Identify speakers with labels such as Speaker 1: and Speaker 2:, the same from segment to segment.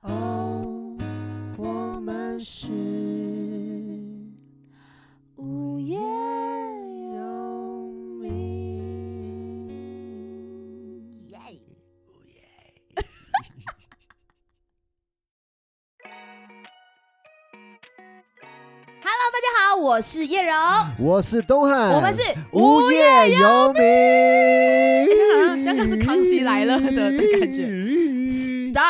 Speaker 1: 哦我们是无业游民。
Speaker 2: 耶！
Speaker 3: Hello，大家好，我是叶柔，
Speaker 1: 我是东汉，
Speaker 3: 我们是
Speaker 1: 无业游民。
Speaker 3: 民哎这好像这好像是康熙来了的的感 觉。Stop！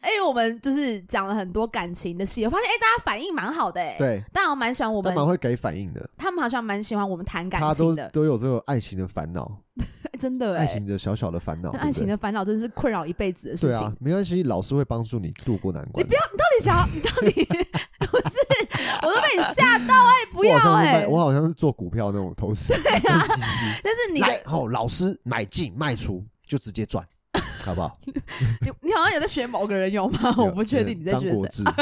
Speaker 3: 哎、我们就是讲了很多感情的戏，我发现哎、大家反应蛮好的哎、，
Speaker 1: 对，
Speaker 3: 大家蛮喜欢我
Speaker 1: 他
Speaker 3: 们，
Speaker 1: 蛮会给反应的，
Speaker 3: 他们好像蛮喜欢我们谈感
Speaker 1: 他
Speaker 3: 情
Speaker 1: 都
Speaker 3: 的，
Speaker 1: 都有这个爱情的烦恼，
Speaker 3: 哎 真的哎、
Speaker 1: 爱情的小小的烦恼，
Speaker 3: 那
Speaker 1: 对不
Speaker 3: 爱情
Speaker 1: 对
Speaker 3: 的烦恼真是困扰一辈子的事
Speaker 1: 对
Speaker 3: 情。
Speaker 1: 啊，没关系，老师会帮助你渡过难
Speaker 3: 你
Speaker 1: 关。啊
Speaker 3: 不要，你到底想 要，你到底不是，我都被你吓到哎、不要
Speaker 1: 我好像是
Speaker 3: 哎、
Speaker 1: 卖我好像是做股票那种 投资，投资师
Speaker 3: 但是你的
Speaker 1: 来，吼、老师买进卖出就直接 赚，好不好？啊
Speaker 3: 你你好像有在学某个人有吗？我不确定你在学
Speaker 1: 张国
Speaker 3: 谁。
Speaker 1: 志，
Speaker 3: 好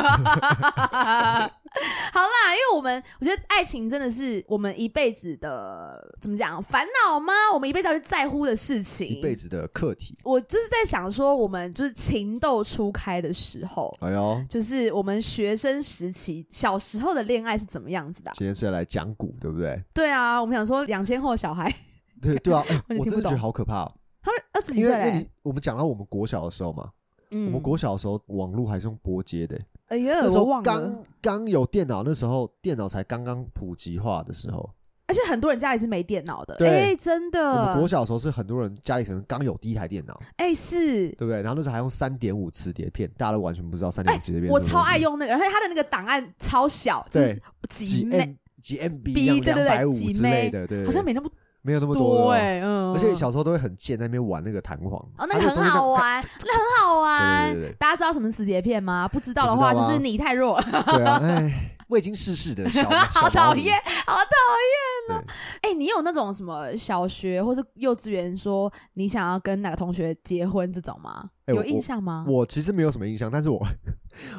Speaker 3: 啦，因为我们我觉得爱情真的是我们一辈子的怎么讲烦恼吗？我们一辈子要去在乎的事 情。
Speaker 1: 一辈子的课题。
Speaker 3: 我就是在想说，我们就是情窦初开的时候，
Speaker 1: 哎呦，
Speaker 3: 就是我们学生时期小时候的恋爱是怎么样子的啊、
Speaker 1: 今天是要来讲股，对不对？
Speaker 3: 对啊，我们想说两千后小孩，
Speaker 1: 对对啊，哎
Speaker 3: 完全
Speaker 1: 我
Speaker 3: 听
Speaker 1: 真
Speaker 3: 不
Speaker 1: 的觉得
Speaker 3: 懂
Speaker 1: 好可怕、哦，
Speaker 3: 他们二十几
Speaker 1: 因为
Speaker 3: 岁
Speaker 1: 因为
Speaker 3: 嘞，
Speaker 1: 你我们讲到我们国小的时候嘛，我
Speaker 3: 嗯
Speaker 1: 们国小的时候网络还是用拨接的、
Speaker 3: 哎呀，
Speaker 1: 那时
Speaker 3: 我
Speaker 1: 候
Speaker 3: 忘
Speaker 1: 刚
Speaker 3: 了，
Speaker 1: 刚有电脑，那时候电脑才刚刚普及化的时候，
Speaker 3: 而且很多人家里是没电脑的，
Speaker 1: 对
Speaker 3: 哎，真
Speaker 1: 我们
Speaker 3: 的
Speaker 1: 国，小的时候是很多人家里可能刚有第一台电脑，
Speaker 3: 哎是。
Speaker 1: 对不对？然后那时候还用三点五磁碟片，大家都完全不知道三点五磁碟片、
Speaker 3: 我超爱，用那个，而且它的那个档案超小，就
Speaker 1: 对
Speaker 3: 是，几
Speaker 1: 几
Speaker 3: 枚
Speaker 1: M 几 MB
Speaker 3: 对
Speaker 1: 一
Speaker 3: 对
Speaker 1: 样，
Speaker 3: 对
Speaker 1: 两百五
Speaker 3: 几
Speaker 1: 之类的，对，对
Speaker 3: 好像
Speaker 1: 对
Speaker 3: 没那么
Speaker 1: 没有那么
Speaker 3: 多
Speaker 1: 多
Speaker 3: 哎、嗯，
Speaker 1: 而且小时候都会很贱，在那边玩那个弹簧，
Speaker 3: 哦，那
Speaker 1: 它
Speaker 3: 个
Speaker 1: 就
Speaker 3: 很
Speaker 1: 中间
Speaker 3: 好玩，那很好玩。
Speaker 1: 对对对对
Speaker 3: 大家知道什么磁碟片吗？不知道的话，
Speaker 1: 不知
Speaker 3: 就
Speaker 1: 道吗啊
Speaker 3: 是你太弱了，
Speaker 1: 那个，对啊，哎，未经世事的小，
Speaker 3: 好
Speaker 1: 哦小
Speaker 3: 讨
Speaker 1: 毛女
Speaker 3: 厌，，好讨厌哦
Speaker 1: 对。
Speaker 3: 哎、你有那种什么小学或是幼稚园说你想要跟哪个同学结婚这种吗？
Speaker 1: 哎
Speaker 3: 有
Speaker 1: 我
Speaker 3: 印象吗？
Speaker 1: 我其实没有什么印象，但是我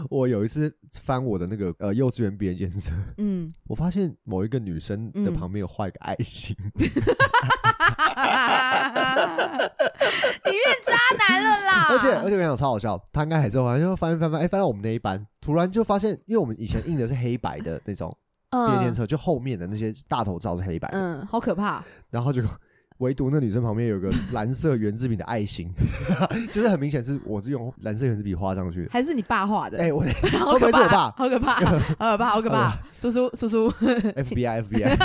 Speaker 1: 我有一次翻我的那个呃幼稚园毕业检册，
Speaker 3: 嗯，
Speaker 1: 我发现某一个女生的
Speaker 3: 嗯
Speaker 1: 旁边有画一个爱心，
Speaker 3: 你变渣男了啦！
Speaker 1: 而且而且我想超好笑，她应该还在玩，就翻翻翻，哎，翻到我们那一班，突然就发现，因为我们以前印的是黑白的那种毕业 检
Speaker 3: 嗯
Speaker 1: 册，就后面的那些大头照是黑白的，
Speaker 3: 嗯，好可怕。
Speaker 1: 然后就唯独那女生旁边有个蓝色圆珠笔的爱心， 就是很明显是我是用蓝色圆珠笔画上去的。
Speaker 3: 还是你爸画的？
Speaker 1: 哎、 我
Speaker 3: 好可
Speaker 1: 会不会是我
Speaker 3: 怕
Speaker 1: 爸，
Speaker 3: 好可 怕，好可怕，好可怕！叔叔，叔叔，
Speaker 1: FBI FBI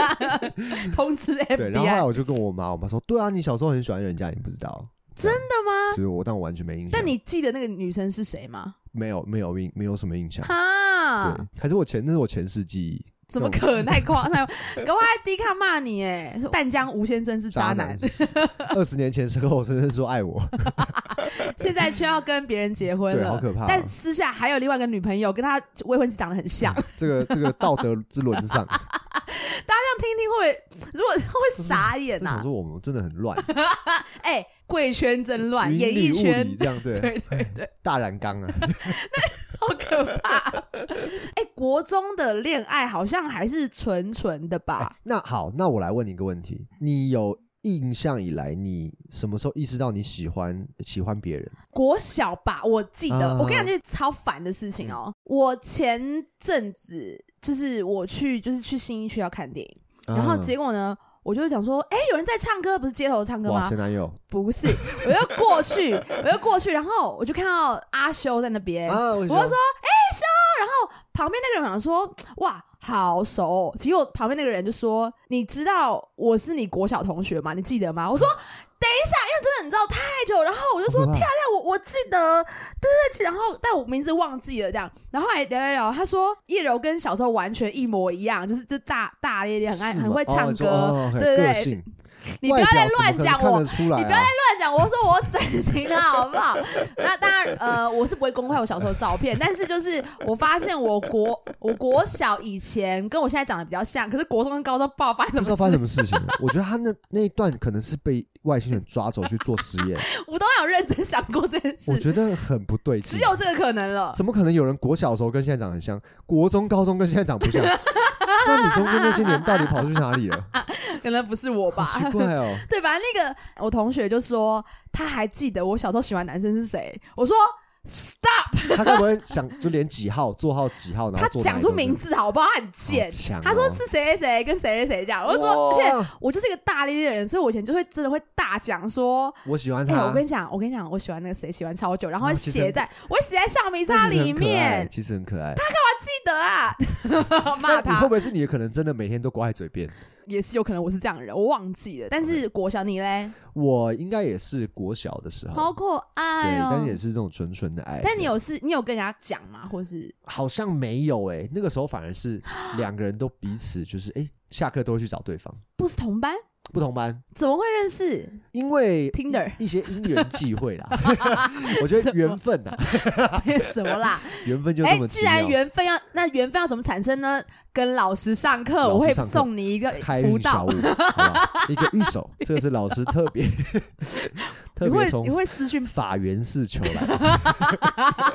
Speaker 3: 通知 FBI，
Speaker 1: 对，然后后来我就跟我妈，我妈说，对啊，你小时候很喜欢人家，你不知道，
Speaker 3: 真的吗？
Speaker 1: 就是我，但我完全没印象。
Speaker 3: 但你记得那个女生是谁吗？
Speaker 1: 没有没有印没有什么印象，
Speaker 3: 哈
Speaker 1: 对，，
Speaker 3: 嗯
Speaker 1: 还是我前那是我前世记忆，
Speaker 3: 怎么
Speaker 1: 那种
Speaker 3: 可能？太夸张？ 搞不好还低卡骂你哎，说淡江吴先生是渣
Speaker 1: 渣
Speaker 3: 男，
Speaker 1: 男？二十年前时候，我真的说爱 我，
Speaker 3: 现在却要跟别人结婚
Speaker 1: 对，好
Speaker 3: 了。
Speaker 1: 可怕、哦
Speaker 3: 但私下还有另外一个女朋友，跟他未婚妻长得很像，这
Speaker 1: 嗯这个这个道德之 沦丧，
Speaker 3: 样听一听会，如果会傻眼
Speaker 1: 就想
Speaker 3: 呐！
Speaker 1: 说我们真的很乱，
Speaker 3: 哎，贵圈真 乱，
Speaker 1: 云
Speaker 3: 演艺
Speaker 1: 里雾
Speaker 3: 圈
Speaker 1: 里这样对，
Speaker 3: 对对对，
Speaker 1: 大染缸 啊，
Speaker 3: 好可怕！ 哎、国中的恋爱好像还是纯纯的吧？
Speaker 1: 那好，那我来问你一个问题：你有印象以来，你什么时候意识到你喜欢喜欢别人？
Speaker 3: 国小吧，我记得。
Speaker 1: 啊
Speaker 3: 我跟你讲，这是超烦的事情
Speaker 1: 嗯
Speaker 3: 哦。我前阵子就是我去，就是去新一区要看电影，
Speaker 1: 嗯
Speaker 3: 然
Speaker 1: 啊
Speaker 3: 后结果呢，我就想说，哎、有人在唱歌，不是街头唱歌
Speaker 1: 啊、哇，
Speaker 3: 吗？
Speaker 1: 前男友
Speaker 3: 不是，我就过去， 我就过去，然后我就看到阿修在那边，
Speaker 1: 啊，我
Speaker 3: 我就
Speaker 1: 就
Speaker 3: 说：“哎、修！”然后旁边那个人想说：“哇，好熟、哦。”结果旁边那个人就说：“你知道我是你国小同学吗？你记得吗？”我说：“等一下，因为真的你知道太久。”然后我 就说：“
Speaker 1: 好可怕
Speaker 3: 天啊，天啊我我记得，对对对。”然后但我名字忘记了，这样。然后后来聊聊聊，他说叶柔跟小时候完全一模一样，就是就大大咧咧，很爱
Speaker 1: 是
Speaker 3: 啊
Speaker 1: 吗
Speaker 3: 很会唱
Speaker 1: 哦
Speaker 3: 歌。
Speaker 1: 就哦，OK，
Speaker 3: 对对
Speaker 1: 个
Speaker 3: 对
Speaker 1: 性，
Speaker 3: 你不要再
Speaker 1: 外
Speaker 3: 乱
Speaker 1: 表怎么可能
Speaker 3: 讲
Speaker 1: 看
Speaker 3: 我
Speaker 1: 得。出来啊、
Speaker 3: 你不要乱讲，我说我整形了，好不好？ 那当然，呃，我是不会公开我小时候照片，但是就是我发现我国我国小以前跟我现在长得比较像，可是国中跟高中爆发
Speaker 1: 不
Speaker 3: 什
Speaker 1: 知
Speaker 3: 么
Speaker 1: 道发生
Speaker 3: 事
Speaker 1: 什，么 事情了。我觉得他那那一段可能是被外星人抓走去做实验，
Speaker 3: 我都没有认真想过这件
Speaker 1: 我
Speaker 3: 事，
Speaker 1: 觉得很不对劲。
Speaker 3: 只有这个可能了。
Speaker 1: 怎么可能有人国小的时候跟现在长很像，国中、高中跟现在长不像？那你中间那些年到底跑去哪里了？
Speaker 3: 可能不是我吧？
Speaker 1: 好奇怪哦。
Speaker 3: 对吧？那个我同学就说他还记得我小时候喜欢男生是谁，我说 stop，
Speaker 1: 他该不会想就连几号、座号几号，然
Speaker 3: 他
Speaker 1: 后坐哪
Speaker 3: 讲
Speaker 1: 里
Speaker 3: 出
Speaker 1: 都是
Speaker 3: 名字好不好？他很
Speaker 1: 好
Speaker 3: 贱。
Speaker 1: 强哦
Speaker 3: 他说是谁谁谁跟谁谁谁这样，我就说，而且
Speaker 1: 哇
Speaker 3: 我就是一个大咧咧的人，所以我以前就会真的会大讲说，
Speaker 1: 我喜欢
Speaker 3: 哎、
Speaker 1: 他，
Speaker 3: 我跟你讲，我跟你讲，我喜欢那个谁，喜欢超久，然后
Speaker 1: 哦
Speaker 3: 会
Speaker 1: 其实
Speaker 3: 写在，我会写在橡皮擦
Speaker 1: 但其
Speaker 3: 里
Speaker 1: 实很可爱
Speaker 3: 面，啊
Speaker 1: 其实很可爱。
Speaker 3: 记得啊，骂
Speaker 1: 那你
Speaker 3: 他
Speaker 1: 会不会是你可能真的每天都挂在嘴边？
Speaker 3: 也是有可能我是这样的人，我忘记了。但
Speaker 1: 嗯
Speaker 3: 是国小你嘞，
Speaker 1: 我应该也是国小的时
Speaker 3: 好
Speaker 1: 候，
Speaker 3: 可
Speaker 1: 哦对，
Speaker 3: 爱哦、
Speaker 1: 但是也是这种纯纯的爱。
Speaker 3: 但你
Speaker 1: 这样
Speaker 3: 有是，你有跟人家讲吗？或是
Speaker 1: 好像没有哎、那个时候反而 是两个人都彼此就是哎、下课都会去找对方，
Speaker 3: 不是同班？
Speaker 1: 不同班，
Speaker 3: 怎么会认识？
Speaker 1: 因为
Speaker 3: Tinder
Speaker 1: 一些因缘际 会啦。 我觉得缘分呐、
Speaker 3: 为什么啦？
Speaker 1: 缘分就
Speaker 3: 哎、
Speaker 1: 这么
Speaker 3: 既
Speaker 1: 奇妙。
Speaker 3: 然缘分要，那缘分要怎么产生呢？跟老师上课，
Speaker 1: 老师
Speaker 3: 我会
Speaker 1: 上课
Speaker 3: 送你一个
Speaker 1: 开
Speaker 3: 辅
Speaker 1: 运小
Speaker 3: 导
Speaker 1: 物，。好吧，一个玉 手，这个是老师特别特
Speaker 3: 你
Speaker 1: 别
Speaker 3: 会
Speaker 1: 从
Speaker 3: 你会私 讯，
Speaker 1: 法源寺求 来 的，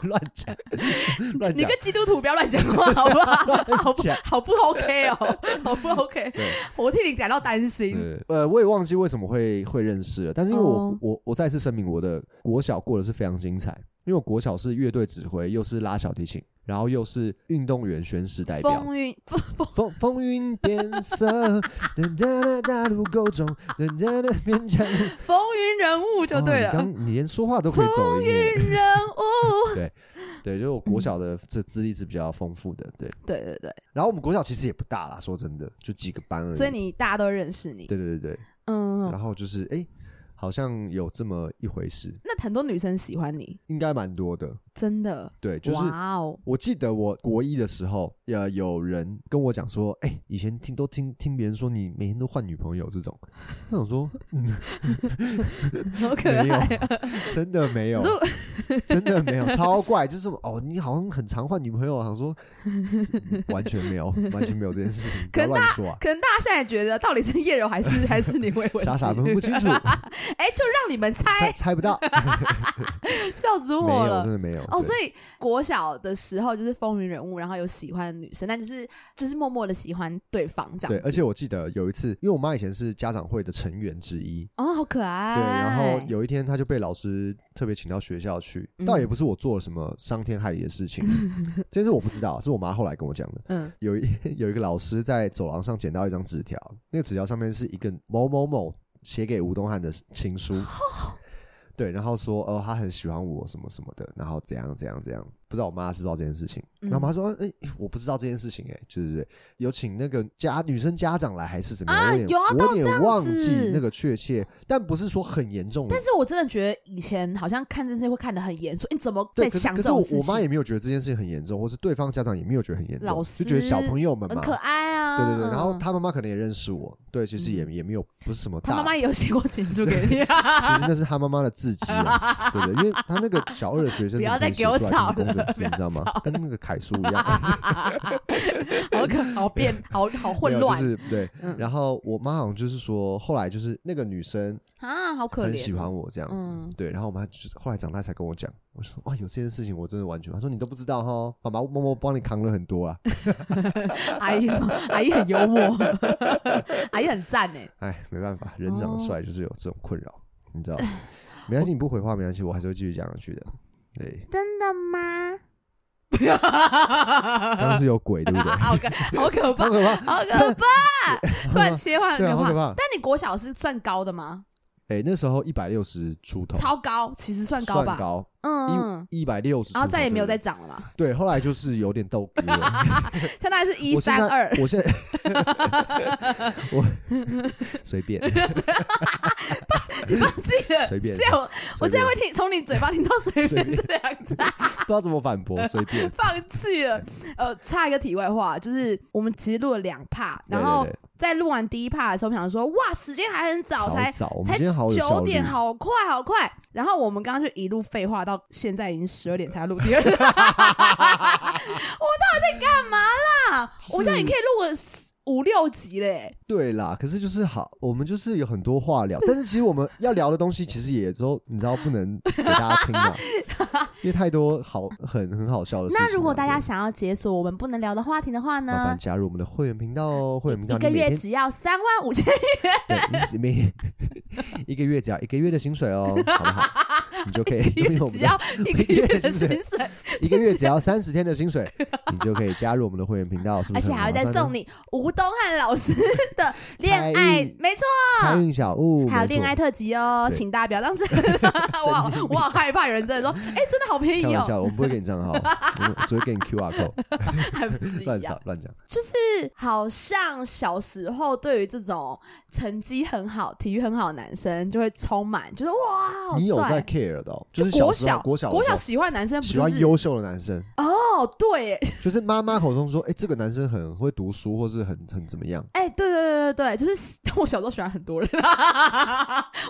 Speaker 1: 乱讲 乱
Speaker 3: 你
Speaker 1: 讲
Speaker 3: 跟。基督徒不要乱讲话，好不 好？好不
Speaker 1: 讲
Speaker 3: 好不 OK 哦， 好不 OK？
Speaker 1: 对
Speaker 3: 我替你感到担心。
Speaker 1: 对呃，我也忘记为什么会会认识了，但是因为我、
Speaker 3: 哦
Speaker 1: 我我再次声明，我的国小过得是非常精彩，因为我国小是乐队指挥，又是拉小提琴，然后又是运动员宣誓代表。
Speaker 3: 风云风风
Speaker 1: 风风云变色，哒哒哒大路沟中，哒哒哒变强。
Speaker 3: 风云人物 就对
Speaker 1: 哇
Speaker 3: 了，
Speaker 1: 哦你刚你连说话都可以走音耶。
Speaker 3: 人 物。
Speaker 1: 对，就是我国小的这资历是比较丰富的，对。
Speaker 3: 对对对，
Speaker 1: 然后我们国小其实也不大啦，说真的，就几个班而已。
Speaker 3: 所以你大家都认识你。
Speaker 1: 嗯对对对对，
Speaker 3: 嗯，
Speaker 1: 然后就是哎、好像有这么一回事，
Speaker 3: 那很多女生喜欢你，
Speaker 1: 应该蛮多的。
Speaker 3: 真的。
Speaker 1: 对，就是
Speaker 3: 哇哦，
Speaker 1: 我记得我国一的时候，呃，有人跟我讲说，哎、以前听都听听别人说你每天都换女朋友这种，我想说
Speaker 3: 好可
Speaker 1: 没有
Speaker 3: 爱。，啊
Speaker 1: 真的没有
Speaker 3: 你，说
Speaker 1: 真的没有，超怪，就是哦，你好像很常换女朋友，啊我想说完全没有，完全没有这件事情，不
Speaker 3: 可
Speaker 1: 要
Speaker 3: 能
Speaker 1: 乱说啊。
Speaker 3: 可能大家现在觉得到底是叶柔还 是还是你魏文？
Speaker 1: 傻傻分不清楚，
Speaker 3: 哎，就让你们
Speaker 1: 猜
Speaker 3: 猜，
Speaker 1: 猜 不到，
Speaker 3: 笑死
Speaker 1: 没
Speaker 3: 我
Speaker 1: 有，
Speaker 3: 了。
Speaker 1: 真的没有。
Speaker 3: 哦，
Speaker 1: 对
Speaker 3: 所以国小的时候就是风云人物，然后有喜欢的女生，但就是就是默默的喜欢对方这样
Speaker 1: 对，
Speaker 3: 子。
Speaker 1: 而且我记得有一次，因为我妈以前是家长会的成员之一，
Speaker 3: 哦，好可爱。
Speaker 1: 对，然
Speaker 3: 哎
Speaker 1: 后有一天她就被老师特别请到学校去，倒也不是我做了什么伤天害理的事情，这件事我不知道，是我妈后来跟我讲的。
Speaker 3: 嗯
Speaker 1: 有一 有一个老师在走廊上捡到一张纸条，那个纸条上面是一个某某某写给吴东汉的情书，
Speaker 3: 哦
Speaker 1: 对，然后说哦他很喜欢我什么什么的，然后怎样怎样怎样，不知道我妈知不知道这件事情。
Speaker 3: 嗯
Speaker 1: 然后我妈说，哎、我不知道这件事情、哎，就是对有请那个家女生家长来还是怎么样？
Speaker 3: 啊
Speaker 1: 我有
Speaker 3: 有
Speaker 1: 点
Speaker 3: 啊
Speaker 1: 我有点忘
Speaker 3: 到这样
Speaker 1: 记
Speaker 3: 子
Speaker 1: 那个确切，但不是说很严重的
Speaker 3: 但。是我真的觉得以前好像看这些会看得很严肃，你怎么
Speaker 1: 对，
Speaker 3: 在
Speaker 1: 可是
Speaker 3: 想
Speaker 1: 可
Speaker 3: 这
Speaker 1: 是我
Speaker 3: 种事
Speaker 1: 我妈
Speaker 3: 情？
Speaker 1: 也没有觉得这件事情很严重，或是对方家长也没有觉得很严重，
Speaker 3: 老
Speaker 1: 就觉得小
Speaker 3: 师
Speaker 1: 朋友们
Speaker 3: 很
Speaker 1: 嘛，
Speaker 3: 可爱啊。
Speaker 1: 对对对，
Speaker 3: 嗯
Speaker 1: 然后他妈妈可能也认识我，对，其实也也没有不是什么大，
Speaker 3: 他妈妈也有写过情书给你，
Speaker 1: 其实那是他妈妈的字迹啊，对对，因为他那个小二的学生
Speaker 3: 不要再给
Speaker 1: 怎
Speaker 3: 我
Speaker 1: 么可以写出
Speaker 3: 吵
Speaker 1: 来这么工整
Speaker 3: 了
Speaker 1: 字，你知道吗？跟那个楷书一样，
Speaker 3: 好可好变好好
Speaker 1: 没
Speaker 3: 混
Speaker 1: 有
Speaker 3: 乱
Speaker 1: 就是对
Speaker 3: 嗯。
Speaker 1: 然后我妈好像就是说，后来就是那个女生
Speaker 3: 啊，好可
Speaker 1: 很
Speaker 3: 怜。
Speaker 1: 喜欢我这样子
Speaker 3: 嗯，
Speaker 1: 对，然后我妈就是后来长大才跟我讲，我说哇，有这件事情我真的完全，她说你都不知道哈，妈妈默默帮你扛了很多啊，
Speaker 3: 阿姨，阿姨很幽默， 阿姨很赞哎。
Speaker 1: 哎，没办法，人
Speaker 3: 哦
Speaker 1: 长得帅就是有这种困扰，你知道吗？没关系，你不回话没关系，我还是会继续讲下去的。对，
Speaker 3: 真的吗？
Speaker 1: 刚刚是有鬼，对不对？
Speaker 3: 好可好可怕
Speaker 1: 好， 可怕，
Speaker 3: 好可怕！突然切换，
Speaker 1: 对啊，好可
Speaker 3: 很可怕。
Speaker 1: 怕。
Speaker 3: 但你国小是算高的吗？
Speaker 1: 哎，那时候一百六十出头，
Speaker 3: 超高，其实算高
Speaker 1: 算
Speaker 3: 吧。
Speaker 1: 高，
Speaker 3: 嗯，
Speaker 1: 一一百六十，
Speaker 3: 然后再也没有再
Speaker 1: 对
Speaker 3: 涨了嘛，
Speaker 1: 对，对后来就是有点 斗鸡了。
Speaker 3: 现在是一
Speaker 1: 我现
Speaker 3: 三
Speaker 1: 在
Speaker 3: 二，，
Speaker 1: 我现在 我随便
Speaker 3: 你忘记了？
Speaker 1: 随便
Speaker 3: 这样我我这
Speaker 1: 随便
Speaker 3: 样会听从你嘴巴听到“随
Speaker 1: 随
Speaker 3: 便”这
Speaker 1: 便
Speaker 3: 两个字，
Speaker 1: 不知道怎么反驳，随便。
Speaker 3: 放弃了。呃，插一个题外话，就是我们其实录了两帕，
Speaker 1: 对
Speaker 3: 然后
Speaker 1: 对对
Speaker 3: 在录完第一帕的时候，我们想说哇，时间还很早，
Speaker 1: 好
Speaker 3: 才
Speaker 1: 早，我们
Speaker 3: 才
Speaker 1: 今天好有效
Speaker 3: 九
Speaker 1: 率
Speaker 3: 点，好快好快。然后我们刚刚就一路废话到现在已经十二点才录第二， 我到底在干嘛啦？
Speaker 1: 是
Speaker 3: 我叫你可以录个十五六集嘞，
Speaker 1: 对啦，可是就是好，我们就是有很多话聊，但是其实我们要聊的东西，其实也都你知道不能给大家听嘛，因为太多好很很好笑的事情了。
Speaker 3: 那如果大家
Speaker 1: 对
Speaker 3: 想要解锁我们不能聊的话题的话
Speaker 1: 麻
Speaker 3: 呢
Speaker 1: 烦？加入我们的会员频道哦，会员频道
Speaker 3: 一
Speaker 1: 你
Speaker 3: 个
Speaker 1: 每
Speaker 3: 月
Speaker 1: 天
Speaker 3: 只要三万五千，
Speaker 1: 对，你每一个月只要一个月的薪水哦，好不好？你就可以拥有我们
Speaker 3: 只
Speaker 1: 的
Speaker 3: 要一个月的薪水，
Speaker 1: 一个月只要三十天的薪水，你就可以加入我们的会员频道，是不
Speaker 3: 而
Speaker 1: 是
Speaker 3: 且
Speaker 1: 很
Speaker 3: 还
Speaker 1: 划
Speaker 3: 会
Speaker 1: 算呢？
Speaker 3: 再送你吴东汉老师的恋爱
Speaker 1: 开运，
Speaker 3: 没错，
Speaker 1: 开运小物，
Speaker 3: 还有
Speaker 1: 没错
Speaker 3: 恋爱特辑哦，
Speaker 1: 对
Speaker 3: 请大家不要 当真。我好
Speaker 1: 神经病
Speaker 3: 我好害怕有人真的说，哎，真的好便
Speaker 1: 开
Speaker 3: 宜
Speaker 1: 玩
Speaker 3: 哦，
Speaker 1: 笑，我们不会给你账号，我们只会给你 QR code，
Speaker 3: 还不 是
Speaker 1: 乱
Speaker 3: 一样
Speaker 1: 扫。乱讲。
Speaker 3: 就是好像小时候对于这种成绩很好、体育很好的男生，就会充满就是哇，好
Speaker 1: 你有在
Speaker 3: 帅。
Speaker 1: care 的哦，就是
Speaker 3: 国
Speaker 1: 时候
Speaker 3: 小
Speaker 1: 国小的
Speaker 3: 国
Speaker 1: 时
Speaker 3: 小
Speaker 1: 候
Speaker 3: 喜欢的男生不
Speaker 1: 喜
Speaker 3: 就
Speaker 1: 欢
Speaker 3: 是
Speaker 1: 优秀的男生，
Speaker 3: 哦对耶
Speaker 1: 就是妈妈口中说，哎，这个男生很会读书，或是很很怎么样，
Speaker 3: 哎、对对对对对，就是 我小时候喜欢很多人，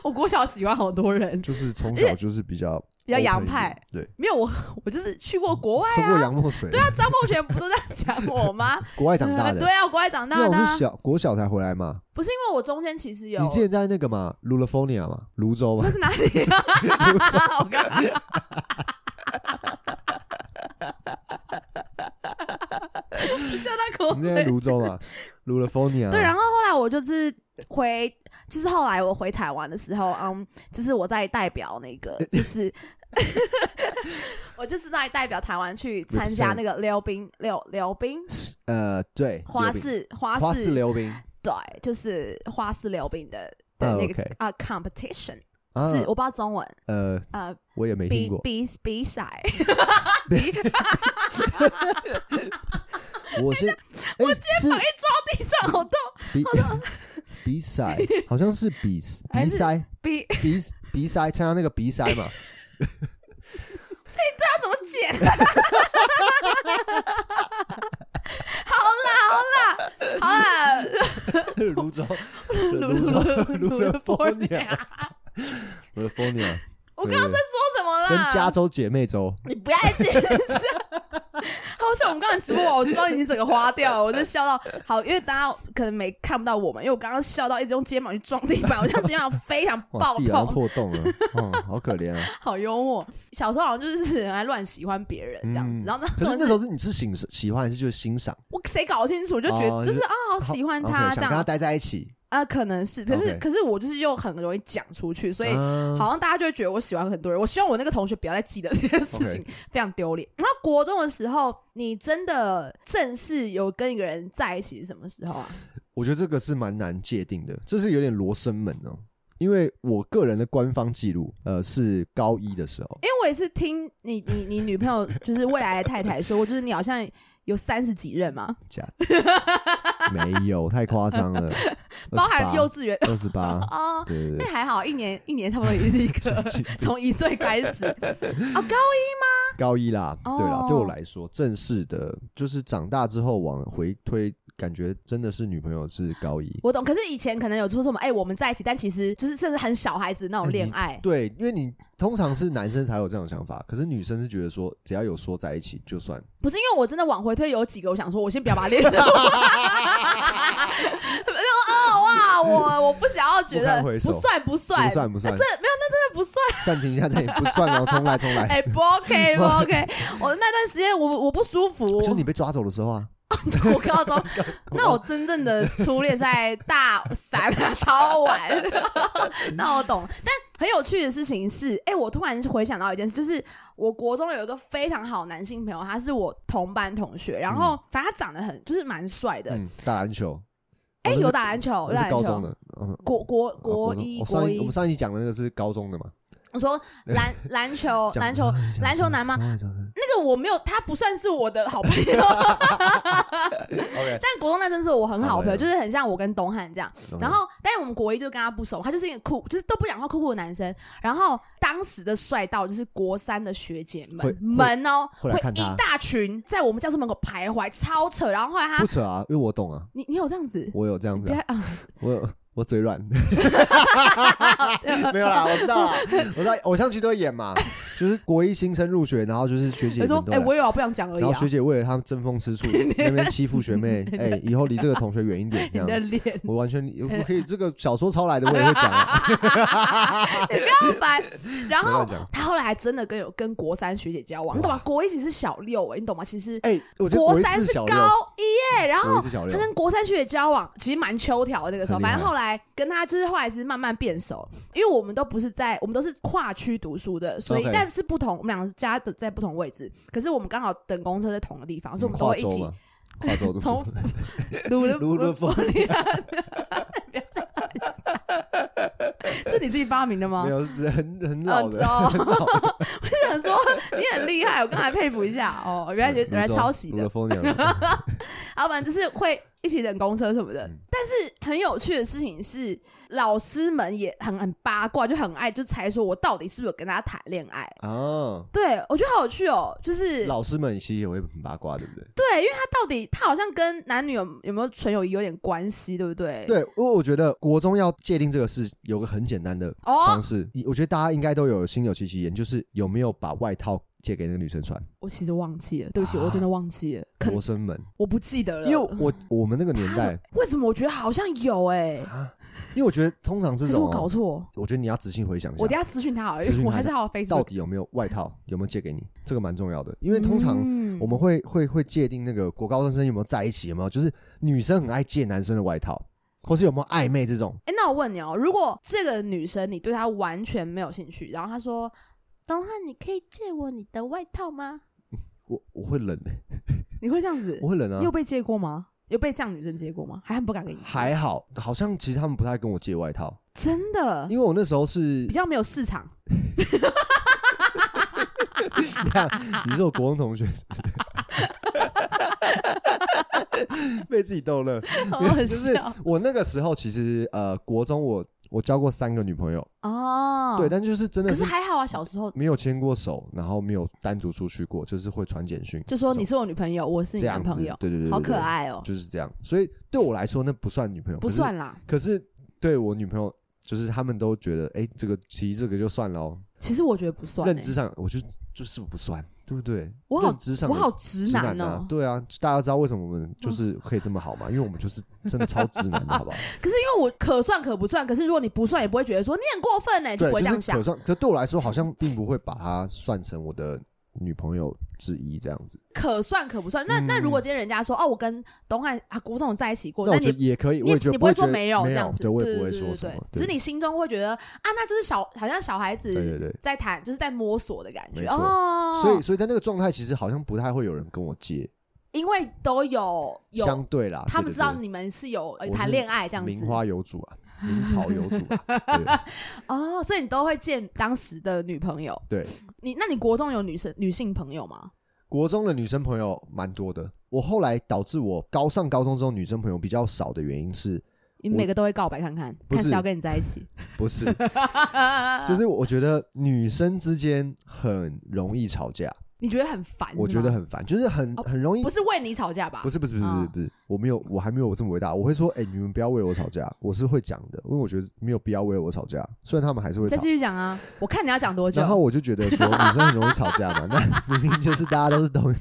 Speaker 3: 我国小喜欢好多人，
Speaker 1: 就是从
Speaker 3: 而
Speaker 1: 小就是比较
Speaker 3: 比较
Speaker 1: open
Speaker 3: 洋
Speaker 1: 一点
Speaker 3: 派，
Speaker 1: 对，
Speaker 3: 没有我我就是去过国外
Speaker 1: 喝过
Speaker 3: 啊，
Speaker 1: 洋墨水，
Speaker 3: 对啊，张梦泉不都这样讲我吗？
Speaker 1: 国外长大
Speaker 3: 嗯
Speaker 1: 的
Speaker 3: 对，啊，我国外长大
Speaker 1: 那
Speaker 3: 的
Speaker 1: 我
Speaker 3: 啊、
Speaker 1: 是小国小才回来嘛，
Speaker 3: 不是因为我中间其实有
Speaker 1: 你之前在那个嘛，California 嘛，泸州嘛
Speaker 3: 那，是哪里啊？我刚刚笑到口
Speaker 1: 你之前在
Speaker 3: 水。
Speaker 1: 啊泸州嘛 ，California，
Speaker 3: 对，然后后来我就是回，就是后来我回台湾的时候，嗯，就是我在代表那 个，就是 我就是在代表台湾去参加
Speaker 1: Represent
Speaker 3: 那个溜冰溜溜冰
Speaker 1: 呃，对，
Speaker 3: 花
Speaker 1: 溜冰
Speaker 3: 式花
Speaker 1: 花
Speaker 3: 式
Speaker 1: 式溜冰，
Speaker 3: 对，就是花式溜冰的
Speaker 1: 啊
Speaker 3: 的那个
Speaker 1: OK
Speaker 3: 啊 competition，
Speaker 1: 啊
Speaker 3: 是我不知道中文
Speaker 1: 呃，
Speaker 3: 呃
Speaker 1: 我也没听
Speaker 3: 比
Speaker 1: 过，
Speaker 3: 比比 赛，
Speaker 1: 我是哎是
Speaker 3: 一撞地上好痛，
Speaker 1: 比 比赛，好像是比
Speaker 3: 还
Speaker 1: 比
Speaker 3: 是
Speaker 1: 赛
Speaker 3: 比
Speaker 1: 比比赛参加那个比赛嘛，
Speaker 3: 要啊怎么剪？ 好啦好啦好啦，
Speaker 1: 泸州泸州
Speaker 3: 卢卢波尼
Speaker 1: California California
Speaker 3: 我刚刚在说什么
Speaker 1: 跟
Speaker 3: 啦？
Speaker 1: 加州姐妹州，
Speaker 3: 你不要再解释。 好像我们刚才直播完，我知道已经整个花掉了，我就笑到好，因为大家可能没看不到我们，因为我刚刚笑到一直用肩膀去撞地板，我这样肩膀非常
Speaker 1: 哇，
Speaker 3: 爆
Speaker 1: 地好像
Speaker 3: 痛，
Speaker 1: 破洞了，嗯，好可 怜啊。
Speaker 3: 好幽默。小时候好像就是很爱乱喜欢别人这样子，
Speaker 1: 嗯
Speaker 3: 然后
Speaker 1: 可
Speaker 3: 那
Speaker 1: 是那时候是你是喜喜欢还是就是欣赏？
Speaker 3: 我谁搞清楚，就觉
Speaker 1: 哦
Speaker 3: 得就是
Speaker 1: 就是
Speaker 3: 啊，好喜欢
Speaker 1: OK，
Speaker 3: 他这
Speaker 1: 想跟他
Speaker 3: 样
Speaker 1: 待在一起，
Speaker 3: 啊，可能是，可是
Speaker 1: OK
Speaker 3: 可是我就是又很容易讲出去，所以
Speaker 1: 啊
Speaker 3: 好像大家就会觉得我喜欢很多人。我希望我那个同学不要再记得这件事情
Speaker 1: OK
Speaker 3: 非常丢脸。然后国中的时候，你真的正式有跟一个人在一起是什么时候啊？
Speaker 1: 我觉得这个是蛮难界定的，这是有点罗生门哦。因为我个人的官方记录，呃，是高一的时候，
Speaker 3: 因为我也是听你你你女朋友就是未来的太太说过，就是你好像有三十几任嘛，
Speaker 1: 假的没有太夸张了，
Speaker 3: 包含幼稚园
Speaker 1: 二十 八，
Speaker 3: 哦，
Speaker 1: 对对
Speaker 3: 那
Speaker 1: 对，
Speaker 3: 还好，一年一年差不多也是一
Speaker 1: 神
Speaker 3: 个
Speaker 1: 经病，
Speaker 3: 从一岁开始啊，高
Speaker 1: 高一啦，
Speaker 3: 哦
Speaker 1: 对啦，对我来说，正式的，就是长大之后往回推，感觉真的是女朋友是高一，
Speaker 3: 我懂，可是以前可能有说什么，哎、我们在一起，但其实就是甚至很小孩子那种恋爱，
Speaker 1: 嗯对，因为你通常是男生才有这种想法，可是女生是觉得说只要有说在一起就算，
Speaker 3: 不是因为我真的往回推有几个，我想说，我先不要把它 列出来。然后哦哇，我我不想要觉得
Speaker 1: 不堪回首
Speaker 3: 不算不算，
Speaker 1: 不算不
Speaker 3: 那
Speaker 1: 算
Speaker 3: 真的没有，那真的不算。
Speaker 1: 暂停一下，暂停，不算哦，重来重来，
Speaker 3: 哎、不 OK 不 OK，我那段时间我我不舒服，
Speaker 1: 就是你被抓走的时候啊，
Speaker 3: 我 高中，那我真正的初恋在大三啊，超晚。 那我懂，但很有趣的事情是，哎、我突然回想到一件事，就是我国中有一个非常好的男性朋友，他是我同班同学，然后、反正他长得很就是蛮帅的，
Speaker 1: 嗯，打篮球，哦
Speaker 3: 哎、
Speaker 1: 我那是
Speaker 3: 有打篮球，有
Speaker 1: 我
Speaker 3: 打
Speaker 1: 是
Speaker 3: 篮
Speaker 1: 高中
Speaker 3: 球。
Speaker 1: 的，嗯，
Speaker 3: 国国
Speaker 1: 啊
Speaker 3: 国
Speaker 1: 中
Speaker 3: 一
Speaker 1: 我
Speaker 3: 国
Speaker 1: 上一我
Speaker 3: 一
Speaker 1: 们，上一集讲的那个是高中的嘛，
Speaker 3: 我 说篮篮球哦
Speaker 1: 讲
Speaker 3: 篮球篮球男吗？那个我没有，他不算是我的好朋 友，
Speaker 1: ？OK，
Speaker 3: 但国中那阵是我很好的朋友，
Speaker 1: 好朋友
Speaker 3: 就是很像我跟东汉这样。
Speaker 1: 嗯
Speaker 3: 然后，但是我们国一就跟他不熟，他就是一个酷，就是都不讲话酷酷的男生。然后当时的帅到就是国三的学姐
Speaker 1: 会
Speaker 3: 们
Speaker 1: 会
Speaker 3: 们哦，
Speaker 1: 会来看他
Speaker 3: 一大群在我们教室门口徘徊，超扯。然后后来他
Speaker 1: 不，扯啊，因为我懂啊，
Speaker 3: 你你有这样子？
Speaker 1: 我有这样
Speaker 3: 你
Speaker 1: 子
Speaker 3: 不要
Speaker 1: 啊，
Speaker 3: 啊！
Speaker 1: 我有我 嘴软，没有啦，我知道啦，我知道偶像剧都会演嘛，就是国一新生入学，然后就是学姐
Speaker 3: 我
Speaker 1: 们
Speaker 3: 说
Speaker 1: 都
Speaker 3: 哎，
Speaker 1: 来。
Speaker 3: 我有啊，不想讲而已
Speaker 1: 然后
Speaker 3: 啊
Speaker 1: 学。姐为了他们争风 吃醋，那边欺负学妹，哎、以后离这个同学远一点，这
Speaker 3: 你的
Speaker 1: 样。
Speaker 3: 脸， 你
Speaker 1: 我完全，我可以这个小说抄来的，我也会讲啊。
Speaker 3: 不要烦。然
Speaker 1: 不要
Speaker 3: 后
Speaker 1: 讲
Speaker 3: 他后来还真的跟有跟国三学姐交往，你懂吗？国一其实是小六哎，你懂吗？其实
Speaker 1: 哎、我觉得国一
Speaker 3: 三
Speaker 1: 是
Speaker 3: 是
Speaker 1: 小
Speaker 3: 高
Speaker 1: 六，
Speaker 3: 一对，然
Speaker 1: 有一
Speaker 3: 后
Speaker 1: 只小
Speaker 3: 他
Speaker 1: 六，
Speaker 3: 跟国三学姐交往，其实蛮秋条的那个时候。
Speaker 1: 啊很厉害
Speaker 3: 反正后来跟他就是后来是慢慢变熟，因为我们都不是在我们都是跨区读书的，所以
Speaker 1: OK
Speaker 3: 但是不同，我们两个家的在不同位置，可是我们刚好等公车在同个地方，所以我们都
Speaker 1: 跨
Speaker 3: 会一
Speaker 1: 州
Speaker 3: 起
Speaker 1: 嘛，跨州的
Speaker 3: 从鲁的
Speaker 1: 卢 勒风
Speaker 3: 里安，不要再乱讲这你自己发明的吗
Speaker 1: 没？有，是很很老的，
Speaker 3: 哦
Speaker 1: 很老的
Speaker 3: 我就想说你很厉害，我刚才佩服一下哦，原
Speaker 1: 嗯
Speaker 3: 来觉得原来抄袭
Speaker 1: 卢
Speaker 3: 的
Speaker 1: 勒。风鸟人
Speaker 3: 老板就是会一起等公车什么的。
Speaker 1: 嗯
Speaker 3: 但是很有趣的事情是，老师们也很很八卦，就很爱就猜说我到底是不是有跟他谈恋爱。
Speaker 1: 啊，
Speaker 3: 对我觉得好有趣哦，就是
Speaker 1: 老师们其实也会很八卦，对不对？
Speaker 3: 对，因为他到底他好像跟男女有有没有纯友谊有点关系，对不对？
Speaker 1: 对，因为我觉得国中要界定这个是有个很简单的
Speaker 3: 哦
Speaker 1: 方，式，你我觉得大家应该都有心有戚戚焉，就是有没有把外套借给那个女生穿，
Speaker 3: 我其实忘记了，对不起，
Speaker 1: 啊
Speaker 3: 我真的忘记了，可
Speaker 1: 国生们，
Speaker 3: 我不记得了，
Speaker 1: 因为我我们那个年 代，
Speaker 3: 为什么我觉得好像有哎、
Speaker 1: 因为我觉得通常这
Speaker 3: 可是
Speaker 1: 种
Speaker 3: 我搞
Speaker 1: 哦，
Speaker 3: 错，
Speaker 1: 我觉得你要仔细回想一
Speaker 3: 我等
Speaker 1: 下，
Speaker 3: 一下私讯他好了，
Speaker 1: 私讯他
Speaker 3: 我还是好好
Speaker 1: 到
Speaker 3: Facebook，
Speaker 1: 底有没有外套，有没有借给你，这个蛮重要的，因为通常
Speaker 3: 嗯
Speaker 1: 我们会会会界定那个国高中生有没有在一起，有没有就是女生很爱借男生的外套，或是有没有暧昧这种。
Speaker 3: 哎、那我问你哦，如果这个女生你对她完全没有兴趣，然后她说：“东汉，你可以借我你的外套吗
Speaker 1: 我我会冷、欸，？”
Speaker 3: 你会这样子？
Speaker 1: 我会冷
Speaker 3: 你有
Speaker 1: 啊。
Speaker 3: 被借过吗？有被这样女生借过吗？还很不敢跟你借
Speaker 1: 还好，好像其实他们不太跟我借外套，
Speaker 3: 真的
Speaker 1: 因为我那时候是
Speaker 3: 啊比较没有市 场。
Speaker 1: 你看，你是我国中同学， 被自己逗乐。
Speaker 3: 好
Speaker 1: 就
Speaker 3: 好
Speaker 1: 是
Speaker 3: 笑
Speaker 1: 我那个时候，其实呃，国中我我交过三个女朋友，
Speaker 3: 哦，
Speaker 1: 对，但就是真的
Speaker 3: 可是
Speaker 1: 是
Speaker 3: 还好啊，小时候
Speaker 1: 没有牵过手，然后没有单独出去过，就是会传简讯，
Speaker 3: 就说你
Speaker 1: 是
Speaker 3: 是我女朋友，我是你
Speaker 1: 这
Speaker 3: 男
Speaker 1: 样子
Speaker 3: 朋友，，
Speaker 1: 对对对，对
Speaker 3: 好可，
Speaker 1: 对
Speaker 3: 爱哦、
Speaker 1: 就是这样。所以对我来说，那不算女朋友，
Speaker 3: 不
Speaker 1: 可是。
Speaker 3: 算啦。
Speaker 1: 可是对我女朋友。就是他们都觉得，哎、这个其实这个就算了哦。
Speaker 3: 其实我觉得不算、
Speaker 1: 认知
Speaker 3: 欸，
Speaker 1: 上，我就就是不算，对不对？
Speaker 3: 我好
Speaker 1: 认知上
Speaker 3: 我
Speaker 1: 的
Speaker 3: 好直
Speaker 1: 直
Speaker 3: 男
Speaker 1: 男
Speaker 3: 哦、嗯
Speaker 1: 啊，对啊，大家知道为什么我们就是可以这么好嘛？因为我们就是真的超直男 的，好不好？
Speaker 3: 可是因为我可算可不算，可是如果你不算，也不会觉得说你很过分呢、欸哎就
Speaker 1: 对，
Speaker 3: 不会这样
Speaker 1: 就是
Speaker 3: 想
Speaker 1: 可。算，可对我来说好像并不会把她算成我的女朋友之一这样子。
Speaker 3: 可算可不算。那、
Speaker 1: 嗯
Speaker 3: 那如果今天人家说哦，我跟董汉啊古总在一起过，
Speaker 1: 那我觉
Speaker 3: 你
Speaker 1: 得也可以，
Speaker 3: 你
Speaker 1: 我也觉得
Speaker 3: 你
Speaker 1: 不
Speaker 3: 会
Speaker 1: 会觉
Speaker 3: 说
Speaker 1: 得没
Speaker 3: 有这样子，
Speaker 1: 对我也
Speaker 3: 对
Speaker 1: 不会
Speaker 3: 对
Speaker 1: 说
Speaker 3: 对
Speaker 1: 什
Speaker 3: 对
Speaker 1: 么，
Speaker 3: 只是你心中会觉得啊，那就是小好像小孩
Speaker 1: 对对
Speaker 3: 子
Speaker 1: 对。
Speaker 3: 在谈，就是在摸索的感觉
Speaker 1: 没错
Speaker 3: 哦。
Speaker 1: 所以，所以在那个状态，其实好像不太会有人跟我借，
Speaker 3: 因为都有
Speaker 1: 相
Speaker 3: 有
Speaker 1: 对啦，
Speaker 3: 他们
Speaker 1: 对
Speaker 3: 知道
Speaker 1: 对
Speaker 3: 你们是有呃
Speaker 1: 我是
Speaker 3: 谈恋爱这样
Speaker 1: 对名
Speaker 3: 子
Speaker 1: 花有主啊，名草有主啊，
Speaker 3: 哦，所以你都会见当时的女朋友。
Speaker 1: 对对。
Speaker 3: 你那你国中有女生女性朋友吗？
Speaker 1: 国中的女生朋友蛮多的，我后来导致我高上高中之后女生朋友比较少的原因是，
Speaker 3: 你
Speaker 1: 我
Speaker 3: 每个都会告白看看，
Speaker 1: 不
Speaker 3: 看
Speaker 1: 是
Speaker 3: 谁要跟你在一起。
Speaker 1: 不是 就是我觉得女生之间很容易吵架，
Speaker 3: 啊你觉得很烦是吗？
Speaker 1: 我觉得很烦，就是很
Speaker 3: 哦
Speaker 1: 很容易
Speaker 3: 不。是为你吵架吧？
Speaker 1: 不是不是不是不是
Speaker 3: 啊
Speaker 1: 不是，我没有，我还没有这么伟大。我会说，哎、你们不要为了我吵架，我是会讲的，因为我觉得没有必要为了我吵架。虽然他们还是会
Speaker 3: 再
Speaker 1: 吵
Speaker 3: 继，续讲啊！我看你要讲多久
Speaker 1: 然？后我就觉得说，女生很容易吵架嘛，那明明就是大家都 是同一，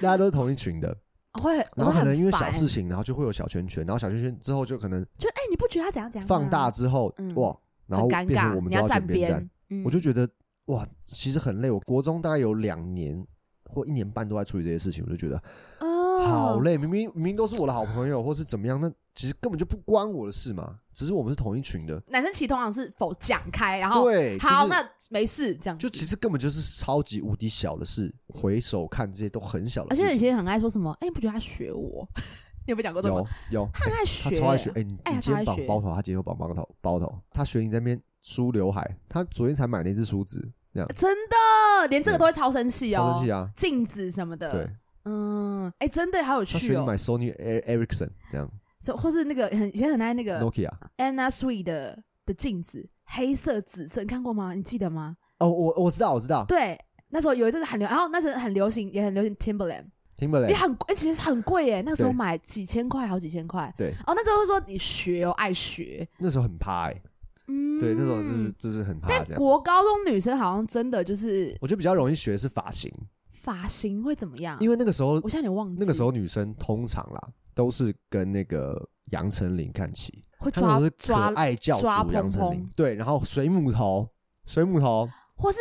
Speaker 1: 大家都是同一群的，
Speaker 3: 哦会，
Speaker 1: 然
Speaker 3: 我
Speaker 1: 后
Speaker 3: 会
Speaker 1: 可能
Speaker 3: 很
Speaker 1: 因为小
Speaker 3: 烦
Speaker 1: 事，情，然后就会有小圈圈，然后小圈圈之后就可能
Speaker 3: 就哎、你不觉得他怎样怎样？
Speaker 1: 放大，之后，
Speaker 3: 嗯
Speaker 1: 哇，然
Speaker 3: 很
Speaker 1: 后
Speaker 3: 尴
Speaker 1: 变成
Speaker 3: 尬，
Speaker 1: 我们
Speaker 3: 你
Speaker 1: 都
Speaker 3: 要
Speaker 1: 选边站
Speaker 3: 边。，嗯
Speaker 1: 我就觉得哇，其实很累。我国中大概有两年或一年半都在处理这些事情，我就觉得
Speaker 3: 哦，
Speaker 1: 好。累。明明明明都是我的好朋友，或是怎么样，那其实根本就不关我的事嘛。只是我们是同一群的，
Speaker 3: 男生其实通常是否讲开，然后
Speaker 1: 对，
Speaker 3: 好，
Speaker 1: 就是
Speaker 3: 那没事这样子。
Speaker 1: 就其实根本就是超级无敌小的事。回首看这些都很小的
Speaker 3: 而
Speaker 1: 事
Speaker 3: 且有
Speaker 1: 情，
Speaker 3: 些人很爱说什么，哎、你不觉得他学我？ 你有没有讲过这种
Speaker 1: 有
Speaker 3: 话？
Speaker 1: 有，
Speaker 3: 他很爱
Speaker 1: 他
Speaker 3: 学、
Speaker 1: 超爱学。哎，你
Speaker 3: 哎
Speaker 1: 你
Speaker 3: 他超
Speaker 1: 今天
Speaker 3: 爱
Speaker 1: 绑
Speaker 3: 学
Speaker 1: 包头，他今天绑包头包头，他学你在那边梳刘海，他昨天才买了一支梳子，这样
Speaker 3: 真的，连这个
Speaker 1: 对
Speaker 3: 都会超生气
Speaker 1: 超
Speaker 3: 哦，
Speaker 1: 生气啊！
Speaker 3: 镜子什么的，
Speaker 1: 对，，
Speaker 3: 嗯，哎、真的好有
Speaker 1: 他学
Speaker 3: 趣
Speaker 1: 你买
Speaker 3: 哦，
Speaker 1: Sony Er- Ericsson 这样
Speaker 3: 是或是那个很以前很爱那个
Speaker 1: Nokia。
Speaker 3: Anna Sui 的的镜子，黑色、紫色，你看过吗？你记得吗？
Speaker 1: 哦，我我知道，我知道
Speaker 3: 对，那时候有一阵子很流，然后那时候很流行，也很流行 Timberland，也
Speaker 1: Timberland
Speaker 3: 很贵，其实很贵耶，那时候
Speaker 1: 对
Speaker 3: 买几千块，好几千块。
Speaker 1: 对，
Speaker 3: 哦，那时候会说你学哦，爱学，
Speaker 1: 那时候很趴哎、
Speaker 3: 嗯，
Speaker 1: 对，那时候就是。就是很趴
Speaker 3: 但
Speaker 1: 这样。
Speaker 3: 国高中女生好像真的就是
Speaker 1: 我觉得比较容易学的是发型，
Speaker 3: 发型会怎么样？
Speaker 1: 因为那个时候
Speaker 3: 啊我现在有点忘记，
Speaker 1: 那个时候女生通常啦都是跟那个杨丞琳看齐，
Speaker 3: 会
Speaker 1: 她那时
Speaker 3: 抓
Speaker 1: 候是可
Speaker 3: 抓，
Speaker 1: 爱教
Speaker 3: 抓
Speaker 1: 主杨丞
Speaker 3: 蓬
Speaker 1: 琳
Speaker 3: 蓬，
Speaker 1: 对，然后水母头、水母头、
Speaker 3: 或是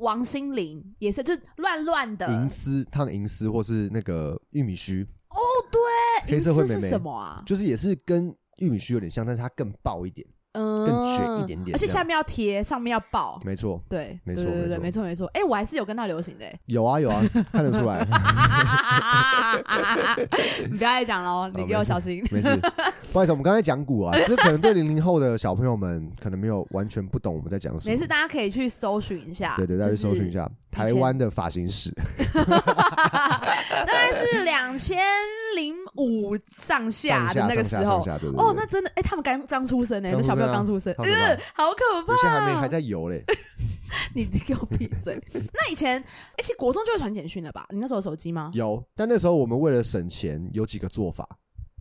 Speaker 3: 王心凌也是，就是乱乱的
Speaker 1: 银丝烫银丝或是那个玉米须，
Speaker 3: 哦，
Speaker 1: 黑社会妹妹
Speaker 3: 是什么啊？
Speaker 1: 就是也是跟玉米须有点像，但是它更爆一点，
Speaker 3: 嗯，
Speaker 1: 更卷一点点
Speaker 3: 而且
Speaker 1: 这样
Speaker 3: 下面要贴，上面要爆。
Speaker 1: 没错。
Speaker 3: 对，
Speaker 1: 没
Speaker 3: 对
Speaker 1: 错
Speaker 3: 对对，
Speaker 1: 没
Speaker 3: 没错没错。哎，我还是有跟到流行的欸。
Speaker 1: 有啊有啊，看得出来，
Speaker 3: 你 不要再讲了哦， 你给我小心。
Speaker 1: 没事。不好意思，我们刚才讲股啊，这可能对零零后的小朋友们可能没有完全不懂我们在讲什么。
Speaker 3: 没事，大家可以去搜寻一下。
Speaker 1: 对对，大家去搜寻一
Speaker 3: 就是，
Speaker 1: 下台湾的发型史，
Speaker 3: 大概是两千零五上
Speaker 1: 上
Speaker 3: 下的
Speaker 1: 下
Speaker 3: 那个
Speaker 1: 上
Speaker 3: 时
Speaker 1: 下上
Speaker 3: 候。
Speaker 1: 下，对对对。
Speaker 3: 哦，那真的，哎，他们刚刚出生呢，
Speaker 1: 刚
Speaker 3: 那小朋友
Speaker 1: 出生啊
Speaker 3: 刚出生，
Speaker 1: 超可怕
Speaker 3: 呃，好可怕。
Speaker 1: 有些还没还在游嘞，
Speaker 3: 你你给我闭 嘴。那以前，哎，其实国中就会传简讯了吧？你那时候有手机吗？
Speaker 1: 有。但那时候我们为了省钱，有几个做法，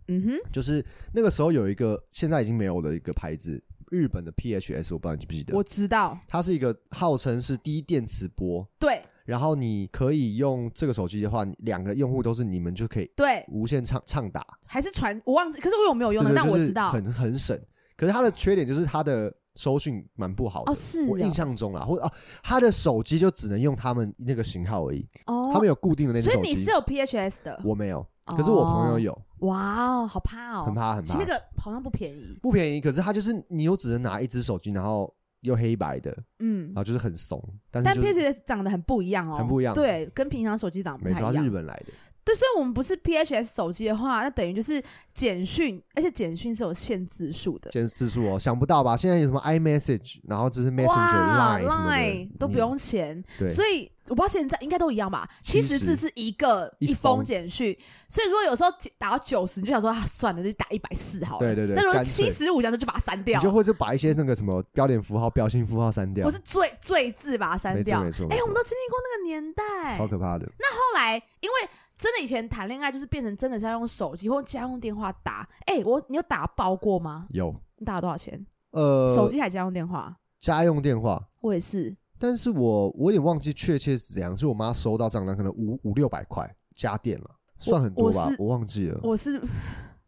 Speaker 3: 嗯哼，
Speaker 1: 就是那个时候有一个现在已经没有的一个牌子，日本的 PHS，我不知道你记不记得
Speaker 3: 我，知道，
Speaker 1: 它是一个号称是低电磁波，
Speaker 3: 对
Speaker 1: 然后你可以用这个手机的话，两个用户都是你们就可以
Speaker 3: 对，
Speaker 1: 无限畅畅打，
Speaker 3: 还是传，我忘记，可是我有没有用的？
Speaker 1: 对对
Speaker 3: 但我
Speaker 1: 就是
Speaker 3: 知道，
Speaker 1: 很很省。可是它的缺点就是它的收讯蛮不好的。
Speaker 3: 哦，是
Speaker 1: 我印象中啦，或者哦，他的手机就只能用他们那个型号而已，
Speaker 3: 哦
Speaker 1: 他们有固定的那只
Speaker 3: 所以
Speaker 1: 手
Speaker 3: 你
Speaker 1: 机
Speaker 3: 是。有 PHS 的，
Speaker 1: 我没有，可是我朋友有，
Speaker 3: 哇哦，好怕哦，
Speaker 1: 很怕很
Speaker 3: 其
Speaker 1: 怕
Speaker 3: 实那，个好像不便宜，
Speaker 1: 不便宜。可是他就是你又只能拿一只手机，然后又黑白的，
Speaker 3: 嗯
Speaker 1: 然，后就是很怂，但是
Speaker 3: 但
Speaker 1: 就是
Speaker 3: PHS 长得很不一样哦，
Speaker 1: 很不一样
Speaker 3: 对，跟平常手机长得
Speaker 1: 没
Speaker 3: 不太
Speaker 1: 错，他
Speaker 3: 一
Speaker 1: 是日
Speaker 3: 样。
Speaker 1: 本来的，
Speaker 3: 对，所以我们不是 PHS 手机的话，那等于就是简讯，而且简讯是有限字数的。
Speaker 1: 先自述哦，想不到吧？现在有什么 iMessage，然后这是 Messenger、
Speaker 3: 哇
Speaker 1: Line 什么的，
Speaker 3: 都不
Speaker 1: 你
Speaker 3: 用钱，
Speaker 1: 对，
Speaker 3: 所以我不知道现在应该都一样吧。七十
Speaker 1: 70
Speaker 3: 字是一个
Speaker 1: 一
Speaker 3: 一
Speaker 1: 封
Speaker 3: 封简讯，所以如果有时候打到九十，你就想说啊，算了，就打一百四好了。
Speaker 1: 对对对
Speaker 3: 那如果
Speaker 1: 干
Speaker 3: 七
Speaker 1: 脆
Speaker 3: 十五，这样就把它删
Speaker 1: 你
Speaker 3: 掉，
Speaker 1: 就会是把一些那个什么标点符号、标星符号删掉，
Speaker 3: 不是最最字把它删
Speaker 1: 没
Speaker 3: 掉
Speaker 1: 错。没错，
Speaker 3: 哎、
Speaker 1: 没
Speaker 3: 我们
Speaker 1: 错
Speaker 3: 都经历过那个年代。
Speaker 1: 超可怕的。
Speaker 3: 那后来，因为真的以前谈恋爱就是变成真的是要用手机或家用电话打。哎、我你有打爆过吗？
Speaker 1: 有
Speaker 3: 你打了多少钱？
Speaker 1: 呃，
Speaker 3: 手机还家用电话？
Speaker 1: 家用电话，
Speaker 3: 我也是。
Speaker 1: 但是我我有点忘记确切是怎样，就我妈收到账单可能五五六百块家电了，算很多吧
Speaker 3: 我是，
Speaker 1: 我忘记了。
Speaker 3: 我是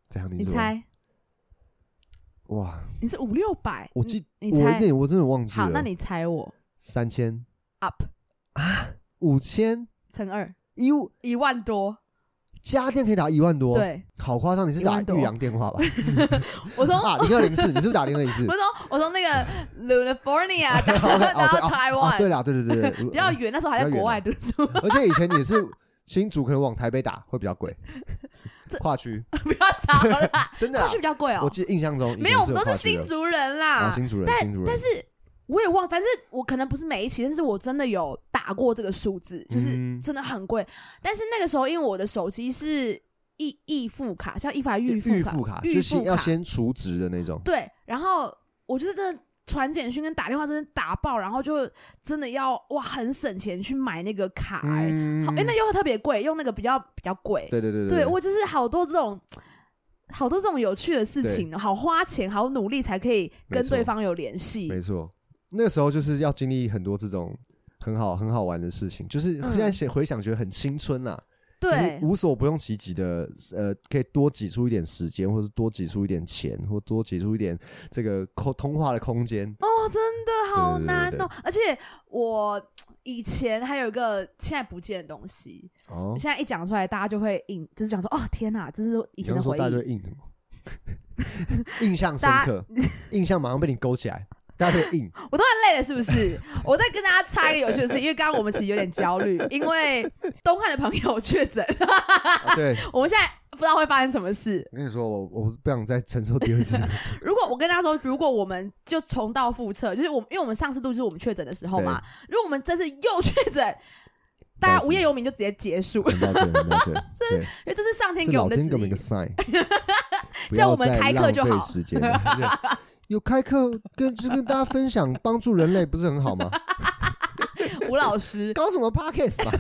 Speaker 1: 怎样？
Speaker 3: 你
Speaker 1: 啊说
Speaker 3: 猜，
Speaker 1: 哇，
Speaker 3: 你是五六百？
Speaker 1: 我记
Speaker 3: 你
Speaker 1: 我
Speaker 3: 你
Speaker 1: 有
Speaker 3: 猜
Speaker 1: 点我真的忘记了。
Speaker 3: 好，那你猜我
Speaker 1: 三千啊
Speaker 3: up
Speaker 1: 五千
Speaker 3: 乘二
Speaker 1: 一五
Speaker 3: 一万多？
Speaker 1: 家电可以打一万多，，
Speaker 3: 对，
Speaker 1: 好夸张！你是
Speaker 3: 一
Speaker 1: 打
Speaker 3: 万多
Speaker 1: 岳阳电话吧？
Speaker 3: 我 从
Speaker 1: 啊，零二零四，你是不是打零二零四
Speaker 3: 我？从我从那个 California 打到
Speaker 1: 哦对哦
Speaker 3: 打
Speaker 1: 对
Speaker 3: 到
Speaker 1: 哦
Speaker 3: 台
Speaker 1: 啊，对
Speaker 3: 湾，
Speaker 1: 啦，对对对 对，
Speaker 3: 比较远，那时候还在
Speaker 1: 比较远
Speaker 3: 国
Speaker 1: 啊
Speaker 3: 外读书，
Speaker 1: 而且以前你是新竹，可能往台北打会比较贵
Speaker 3: 这，
Speaker 1: 跨区
Speaker 3: 不要吵了啦，
Speaker 1: 真的啊
Speaker 3: 过，去比较贵哦
Speaker 1: 我。记得印象中以前
Speaker 3: 没有，我们
Speaker 1: 有
Speaker 3: 都
Speaker 1: 跨
Speaker 3: 是
Speaker 1: 区
Speaker 3: 新
Speaker 1: 的
Speaker 3: 族人
Speaker 1: 啊，
Speaker 3: 啦。
Speaker 1: 新竹人，新竹人，
Speaker 3: 但是我也忘，反正我可能不是每一期，但是我真的有打过这个数字，就是
Speaker 1: 嗯
Speaker 3: 真的很贵。但是那个时候，因为我的手机是易易付卡，像易法预付
Speaker 1: 预
Speaker 3: 卡，
Speaker 1: 付卡，
Speaker 3: 预
Speaker 1: 就
Speaker 3: 付
Speaker 1: 先要
Speaker 3: 卡
Speaker 1: 先除值的那种。
Speaker 3: 对，然后我就是真的传简讯跟打电话真的打爆，然后就真的要哇很省钱去买那个卡、欸，
Speaker 1: 嗯
Speaker 3: 好，哎、那又特别贵，用那个比较比较贵，
Speaker 1: 对对对
Speaker 3: 对我就是好多这种。好多这种有趣的事情，好花钱，好努力才可以
Speaker 1: 没
Speaker 3: 跟
Speaker 1: 错
Speaker 3: 对方有联系。
Speaker 1: 没错，那个时候就是要经历很多这种很好很好玩的事情，就是
Speaker 3: 嗯
Speaker 1: 现在想回想觉得很青春啦，就是
Speaker 3: 对，
Speaker 1: 无所不用其极的，呃，可以多挤出一点时间，或是多挤出一点钱，或多挤出一点这个空通话的空间。
Speaker 3: 哦，真的好
Speaker 1: 对对对
Speaker 3: 难
Speaker 1: 对
Speaker 3: 哦！而且我以前还有一个现在不见的东西，
Speaker 1: 哦，
Speaker 3: 现在一讲出来，大家就会印，就是讲说，哦，天哪，这是以
Speaker 1: 你
Speaker 3: 前
Speaker 1: 刚
Speaker 3: 的
Speaker 1: 说
Speaker 3: 回
Speaker 1: 大家
Speaker 3: 忆
Speaker 1: 会。印什么？ 印象深
Speaker 3: 大家
Speaker 1: 刻，印象马上被你勾起来，大家 会印。
Speaker 3: 我都很累了，是不是？我再跟大家插一个有趣的事，因为刚刚我们其实有点焦虑，因为东汉的朋友确诊，
Speaker 1: 啊对，
Speaker 3: 我们现在不知道会发生什么事。
Speaker 1: 我跟你说，我我不想再承受第二次。
Speaker 3: 如果我跟大家说，如果我们就重蹈覆辙，就是我们，因为我们上次录就是我们确诊的时候嘛，如果我们这次又确诊，大家无业游民就直接结束，
Speaker 1: 很抱歉，很抱 歉。对，
Speaker 3: 因为这是上天
Speaker 1: 这
Speaker 3: 给我
Speaker 1: 老
Speaker 3: 们的
Speaker 1: 天给
Speaker 3: 指
Speaker 1: 我们
Speaker 3: 引
Speaker 1: 一个。sign，不
Speaker 3: 叫
Speaker 1: 要
Speaker 3: 我们
Speaker 1: 再
Speaker 3: 开课
Speaker 1: 浪
Speaker 3: 就
Speaker 1: 费
Speaker 3: 好
Speaker 1: 时间了。 对有开课跟就跟大家分享，帮助人类不是很 好吗？
Speaker 3: 吴老师，
Speaker 1: 搞什么 podcast 嘛？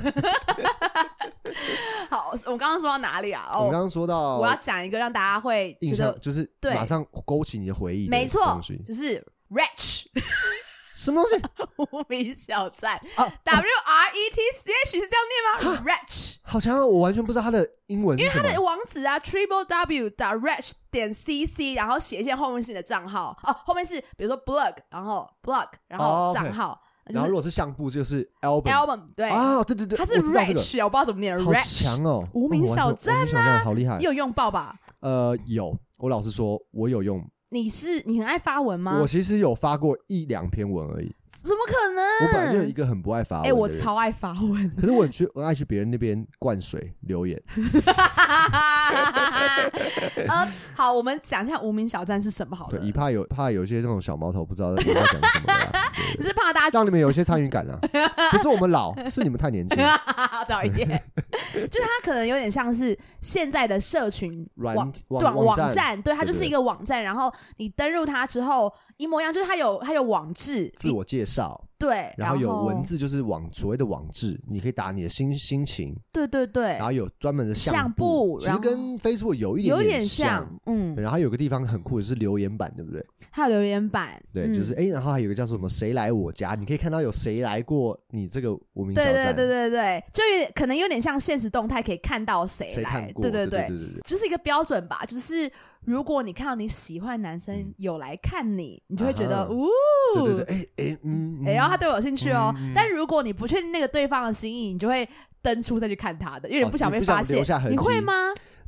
Speaker 3: 好，我刚刚说到哪里啊？
Speaker 1: 我们
Speaker 3: 哦，
Speaker 1: 刚刚说
Speaker 3: 我要
Speaker 1: 到
Speaker 3: 讲一个让大家会
Speaker 1: 印
Speaker 3: 觉
Speaker 1: 象
Speaker 3: 得，
Speaker 1: 就是
Speaker 3: 对
Speaker 1: 马上勾起你的回忆的
Speaker 3: 没错
Speaker 1: 东西
Speaker 3: 就是 Wretch
Speaker 1: 什么东西？
Speaker 3: 无名小站、
Speaker 1: 啊
Speaker 3: W R E T C H 是这样念吗？Wretch。
Speaker 1: 好强啊！我完全不知道它的英文是什
Speaker 3: 它的
Speaker 1: 么。
Speaker 3: 网址啊，triple w 打 wretch 点 c c，然后斜线后面是你的账号哦，后面是比如说 blog，然后 blog，然
Speaker 1: 哦
Speaker 3: 后
Speaker 1: ，OK
Speaker 3: 账号，就
Speaker 1: 然后
Speaker 3: 是
Speaker 1: 如果是相簿就是 album
Speaker 3: album 对，
Speaker 1: 啊，对对对，
Speaker 3: 它是
Speaker 1: 我知道这个
Speaker 3: rich，我不知道怎么念
Speaker 1: 好
Speaker 3: ，rich，
Speaker 1: 强哦，
Speaker 3: 无名小站
Speaker 1: 啊，无名小站好厉害
Speaker 3: 你。有用爆吧？
Speaker 1: 呃，有，我老实说，我有用，
Speaker 3: 你是你很爱发文吗
Speaker 1: 我？其实有发过一两篇文而已。
Speaker 3: 怎么可能？
Speaker 1: 我本来就有一个很不爱发文
Speaker 3: 哎、
Speaker 1: 的人，
Speaker 3: 我超爱发文，
Speaker 1: 可是我很去，我爱去别人那边灌水留言。
Speaker 3: 呃，好，我们讲一下无名小站是什么好
Speaker 1: 对，
Speaker 3: 了。
Speaker 1: 以怕有怕有些这种小毛头不知道在在讲什么 的啊，对
Speaker 3: 你是怕大家
Speaker 1: 让你们有一些参与感啊。不是我们老，是你们太年 轻。
Speaker 3: 讨厌，就是它可能有点像是现在的社群
Speaker 1: 软
Speaker 3: 网对
Speaker 1: 网
Speaker 3: 网
Speaker 1: 站
Speaker 3: 站，对，它
Speaker 1: 对
Speaker 3: 就是
Speaker 1: 对
Speaker 3: 一个网站，然后你登入它之后一模一样，就是它有它有网志，
Speaker 1: 自我介绍，
Speaker 3: 对，
Speaker 1: 然后有文，字，就是网所谓的网志，你可以打你的心心情，
Speaker 3: 对对对
Speaker 1: 然，后有专门的
Speaker 3: 相簿
Speaker 1: 簿，其
Speaker 3: 然
Speaker 1: 实
Speaker 3: 后
Speaker 1: 跟 Facebook 有一
Speaker 3: 有
Speaker 1: 点
Speaker 3: 点像，嗯，
Speaker 1: 然后还有个地方很酷，就是留言板，对不对？
Speaker 3: 还有留言板，
Speaker 1: 对，
Speaker 3: 嗯
Speaker 1: 就是哎，诶然后还有一个叫做什么“谁来我家”，你可以看到有谁来过你这个无名小
Speaker 3: 对
Speaker 1: 站，
Speaker 3: 对对对对，就有点可能有点像现实动态，可以看到谁
Speaker 1: 谁
Speaker 3: 来
Speaker 1: 看，过？
Speaker 3: 对
Speaker 1: 对
Speaker 3: 对，
Speaker 1: 对对对。
Speaker 3: 就是一个标准吧，就是。如果你看到你喜欢的男生
Speaker 1: 嗯
Speaker 3: 有来看你，你就会觉得，
Speaker 1: 啊哈
Speaker 3: 呜，
Speaker 1: 对对对，哎哎嗯，嗯
Speaker 3: 哎、然后他对我有兴趣哦。
Speaker 1: 嗯嗯
Speaker 3: 但如果你不确定那个对方的心意，你就会登出再去看他的，因为
Speaker 1: 哦
Speaker 3: 你不想
Speaker 1: 你
Speaker 3: 被
Speaker 1: 不想
Speaker 3: 发现。
Speaker 1: 留下痕
Speaker 3: 你
Speaker 1: 迹
Speaker 3: 会吗？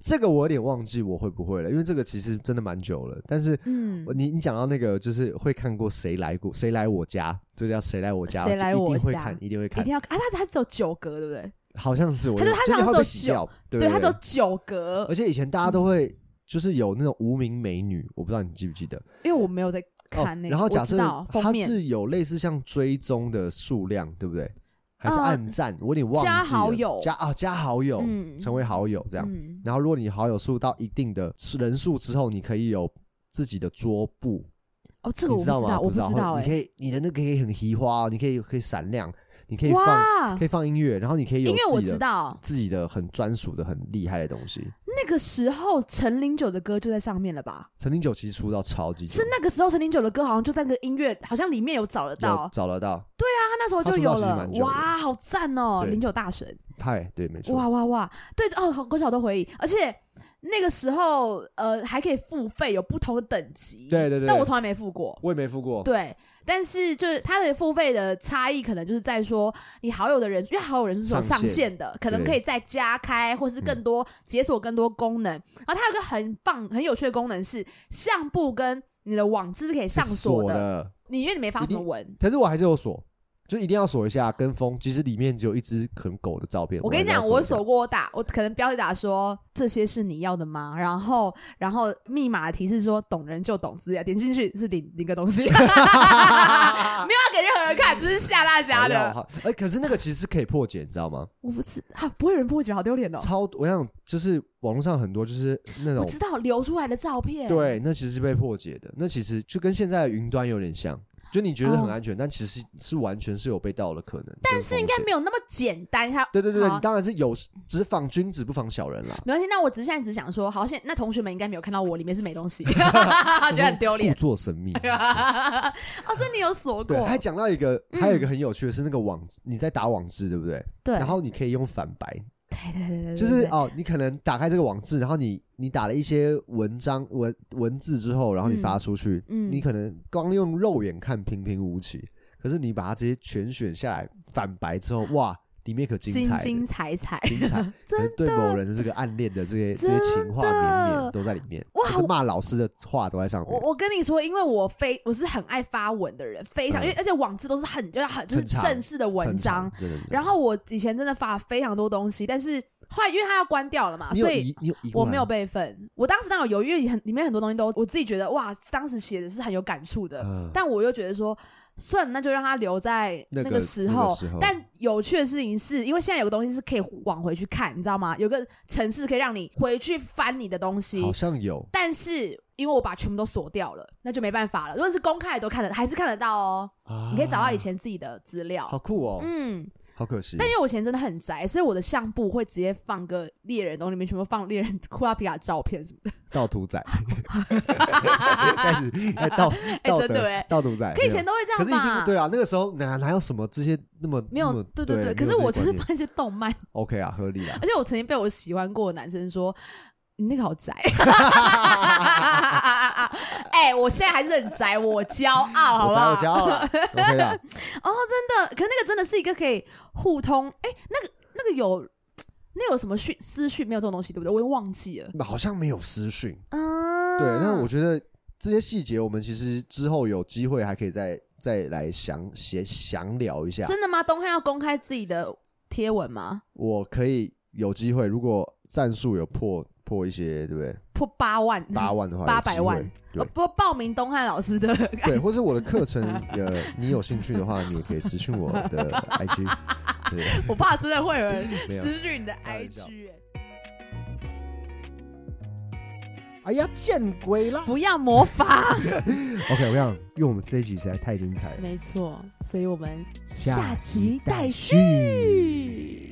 Speaker 1: 这个我有点忘记我会不会了，因为这个其实真的蛮久了。但是呃
Speaker 3: 嗯，
Speaker 1: 你你讲到那个，就是会看过谁来过，谁来我家，这叫谁来我家，
Speaker 3: 谁来
Speaker 1: 就
Speaker 3: 我
Speaker 1: 一定会
Speaker 3: 家
Speaker 1: 看，一定会
Speaker 3: 一
Speaker 1: 看
Speaker 3: 定，要啊！他他只有九格，对不对？
Speaker 1: 好像是我
Speaker 3: 他
Speaker 1: 有，
Speaker 3: 就他
Speaker 1: 就你
Speaker 3: 好像
Speaker 1: 会
Speaker 3: 只有
Speaker 1: 被洗掉，对对
Speaker 3: 他只有九格
Speaker 1: 而。且以前大家都会就是有那种无名美女，我不知道你记不记得。
Speaker 3: 因为我没有在
Speaker 1: 哦
Speaker 3: 看那个，
Speaker 1: 然后
Speaker 3: 我
Speaker 1: 假
Speaker 3: 知
Speaker 1: 设
Speaker 3: 道
Speaker 1: 它
Speaker 3: 封面
Speaker 1: 是有类似像追踪的数量，对不对？还是
Speaker 3: 呃
Speaker 1: 暗赞？我有点忘记
Speaker 3: 加
Speaker 1: 了
Speaker 3: 好友
Speaker 1: 加啊加好友，
Speaker 3: 嗯
Speaker 1: 成为好友这样。
Speaker 3: 嗯，
Speaker 1: 然后如果你好友数到一定的人数之后，你可以有自己的桌布，
Speaker 3: 哦，这个我不
Speaker 1: 你知道吗？
Speaker 3: 我不
Speaker 1: 知
Speaker 3: 知道
Speaker 1: 会
Speaker 3: 哎、
Speaker 1: 你可以你的那个可以很奇花、哦，你可以可以闪亮，你可以放
Speaker 3: 哇
Speaker 1: 可，以放音乐，然后你可以有
Speaker 3: 音乐我
Speaker 1: 自己
Speaker 3: 知
Speaker 1: 的
Speaker 3: 道，
Speaker 1: 自己的很专属的很厉害的东西。
Speaker 3: 那个时候陈零九的歌就在上面了吧？
Speaker 1: 陈零九其实出到超级久
Speaker 3: 是那个时候陈零九的歌好像就在那个音乐，好像里面有找得到
Speaker 1: 有，找得到，
Speaker 3: 他那时候
Speaker 1: 他
Speaker 3: 就
Speaker 1: 出
Speaker 3: 有
Speaker 1: 道其实
Speaker 3: 了
Speaker 1: 蛮，久的
Speaker 3: 哇，好赞哦，
Speaker 1: 对
Speaker 3: 零九大神。
Speaker 1: 太对，没错。
Speaker 3: 哇哇哇！对哦，好国小都回忆，而且那个时候呃还可以付费，有不同的等级。
Speaker 1: 对对对
Speaker 3: 但我从来没付过。
Speaker 1: 我也没付过，
Speaker 3: 对，但是就是它的付费的差异，可能就是在说你好友的人，因为好友人数是有上
Speaker 1: 上限
Speaker 3: 限的，可能可以再加开，或是更多、解锁更多功能。然后它有个很棒、很有趣的功能是相簿跟你的网志是可以上
Speaker 1: 是
Speaker 3: 锁
Speaker 1: 锁
Speaker 3: 的，
Speaker 1: 的，
Speaker 3: 你因为你没发
Speaker 1: 一
Speaker 3: 什么
Speaker 1: 定
Speaker 3: 文。
Speaker 1: 可是我还是有锁，就一定要锁一下跟风。即使里面只有一只很狗的照片，
Speaker 3: 我跟你
Speaker 1: 还是要
Speaker 3: 讲，我手
Speaker 1: 锁一下
Speaker 3: 过我打，我可能标题打说这些是你要的吗？然后，然后密码提示说懂人就懂资料，点进去是领领个东 西，没有 要给任何人看，只、是吓大家
Speaker 1: 好要
Speaker 3: 的。
Speaker 1: 好，哎，可是那个其实是可以破解，你知道吗？
Speaker 3: 我不知啊，不会有人破解，好丢脸哦。
Speaker 1: 超，我想就是网络上很多就是那
Speaker 3: 我
Speaker 1: 种
Speaker 3: 知道流出来的照片，
Speaker 1: 对，那其实是被破解的，那其实就跟现在的云端有点像。就你觉得很安全，但其实是完全是有被盗的可能，但
Speaker 3: 哦是应该没有那么简单。它
Speaker 1: 对对对，
Speaker 3: 好
Speaker 1: 你当然是有，只防君子不防小人啦。
Speaker 3: 没关系，那我只是现在只想说，好，现那同学们应该没有看到我里面是没东 西，觉得很丢脸
Speaker 1: 故。作神秘。
Speaker 3: 哦，所以你有锁
Speaker 1: 对，
Speaker 3: 过
Speaker 1: 还，讲到一个，还有一个
Speaker 3: 嗯
Speaker 1: 很有趣的是那个网，你在打网志对不对？
Speaker 3: 对，
Speaker 1: 然后你可以用反白，
Speaker 3: 对对对对对，
Speaker 1: 就是
Speaker 3: 对
Speaker 1: 哦，你可能打开这个网志，然后你你打了一些文章文文字之后，然后你
Speaker 3: 嗯
Speaker 1: 发出去，
Speaker 3: 嗯
Speaker 1: 你可能光用肉眼看平平无奇，可是你把它直接全选下来反白之后，哇，里面可精
Speaker 3: 精
Speaker 1: 彩
Speaker 3: 精
Speaker 1: 的。
Speaker 3: 彩彩，
Speaker 1: 精 彩，可能对某人的这个暗恋的这些这些情话绵绵都在里面，
Speaker 3: 哇
Speaker 1: 就是骂老师的话都在上
Speaker 3: 我
Speaker 1: 面，
Speaker 3: 我跟你说，因为我非我是很爱发文的人，非常、
Speaker 1: 嗯
Speaker 3: 因为而且网志都是很就是很就是
Speaker 1: 很长
Speaker 3: 正式的文
Speaker 1: 很
Speaker 3: 章
Speaker 1: 长，。真的。真的
Speaker 3: 然后我以前真的发了非常多东西，但是后来因为它要关掉了嘛，
Speaker 1: 你有
Speaker 3: 所以
Speaker 1: 移，你有移过
Speaker 3: 我
Speaker 1: 来
Speaker 3: 没有
Speaker 1: 吗，
Speaker 3: 备份。我当时当然有犹豫，因为很里面很多东西都我自己觉得哇，当时写的是很有感触的，
Speaker 1: 嗯
Speaker 3: 但我又觉得说算了，那就让它留在
Speaker 1: 那
Speaker 3: 个
Speaker 1: 个
Speaker 3: 时
Speaker 1: 那个
Speaker 3: 候。
Speaker 1: 时候
Speaker 3: 但有趣的事情是，因为现在有个东西是可以往回去看，你知道吗？有个城市可以让你回去翻你的东西，
Speaker 1: 好像有，
Speaker 3: 但是因为我把全部都锁掉了，那就没办法了。如果是公开的都看得，还是看得到哦。你可以找到以
Speaker 1: 前。
Speaker 3: 前自己的资料。
Speaker 1: 好酷哦，
Speaker 3: 嗯，
Speaker 1: 好可惜。
Speaker 3: 但因为我以前真的很宅，所以我的相簿会直接放个猎人东西，里面全部放猎人库拉皮卡的照片什么的。
Speaker 1: 盗 图仔 开始哎盗
Speaker 3: 哎、
Speaker 1: 盗
Speaker 3: 真的
Speaker 1: 的
Speaker 3: 哎、
Speaker 1: 盗图仔，
Speaker 3: 可以以
Speaker 1: 没有
Speaker 3: 前都会这
Speaker 1: 可是
Speaker 3: 样
Speaker 1: 一定
Speaker 3: 吧？
Speaker 1: 对啊，那个时候哪哪有什么这些那么
Speaker 3: 没
Speaker 1: 那
Speaker 3: 有
Speaker 1: 么，
Speaker 3: 对对对。
Speaker 1: 对，
Speaker 3: 可
Speaker 1: 没
Speaker 3: 是
Speaker 1: 有
Speaker 3: 我
Speaker 1: 这
Speaker 3: 就
Speaker 1: 些
Speaker 3: 是
Speaker 1: 观念
Speaker 3: 放一些动漫，
Speaker 1: OK 啊，合理啊
Speaker 3: 而。且我曾经被我喜欢过的男生说。你那个好 宅。 哎、我现在还是很宅，我骄傲，好
Speaker 1: 我
Speaker 3: 不
Speaker 1: 才
Speaker 3: 好？
Speaker 1: 我骄 傲啦，OK 啦，
Speaker 3: 哦，真的，可那个真的是一个可以互通，哎、那个那个有那有什么讯私讯没有这种东西，对不对？我也忘记了。
Speaker 1: 那好像没有私讯，
Speaker 3: 啊，
Speaker 1: 对，那我觉得这些细节我们其实之后有机会还可以再再来详详详聊一下，
Speaker 3: 真的吗？东汉要公开自己的贴文吗？
Speaker 1: 我可以有机会，如果战术有破破一些，对不对？
Speaker 3: 破八万，
Speaker 1: 八万的话，
Speaker 3: 八百万
Speaker 1: 有机会
Speaker 3: 呃，不报名东汉老师的，
Speaker 1: 对对，或者我的课程，呃，你有兴趣的话，你也可以私信我的 IG，对，
Speaker 3: 我怕真的会有人
Speaker 1: 没有
Speaker 3: 私讯你的
Speaker 1: 开玩笑
Speaker 3: IG，、哎
Speaker 1: 哎呀，见鬼啦
Speaker 3: 不要模 仿。
Speaker 1: ！OK，我想，因为我们这一集实在太精彩 了，
Speaker 3: 没错，所以我们
Speaker 1: 下
Speaker 3: 下集
Speaker 1: 待
Speaker 3: 待
Speaker 1: 续。
Speaker 3: 续。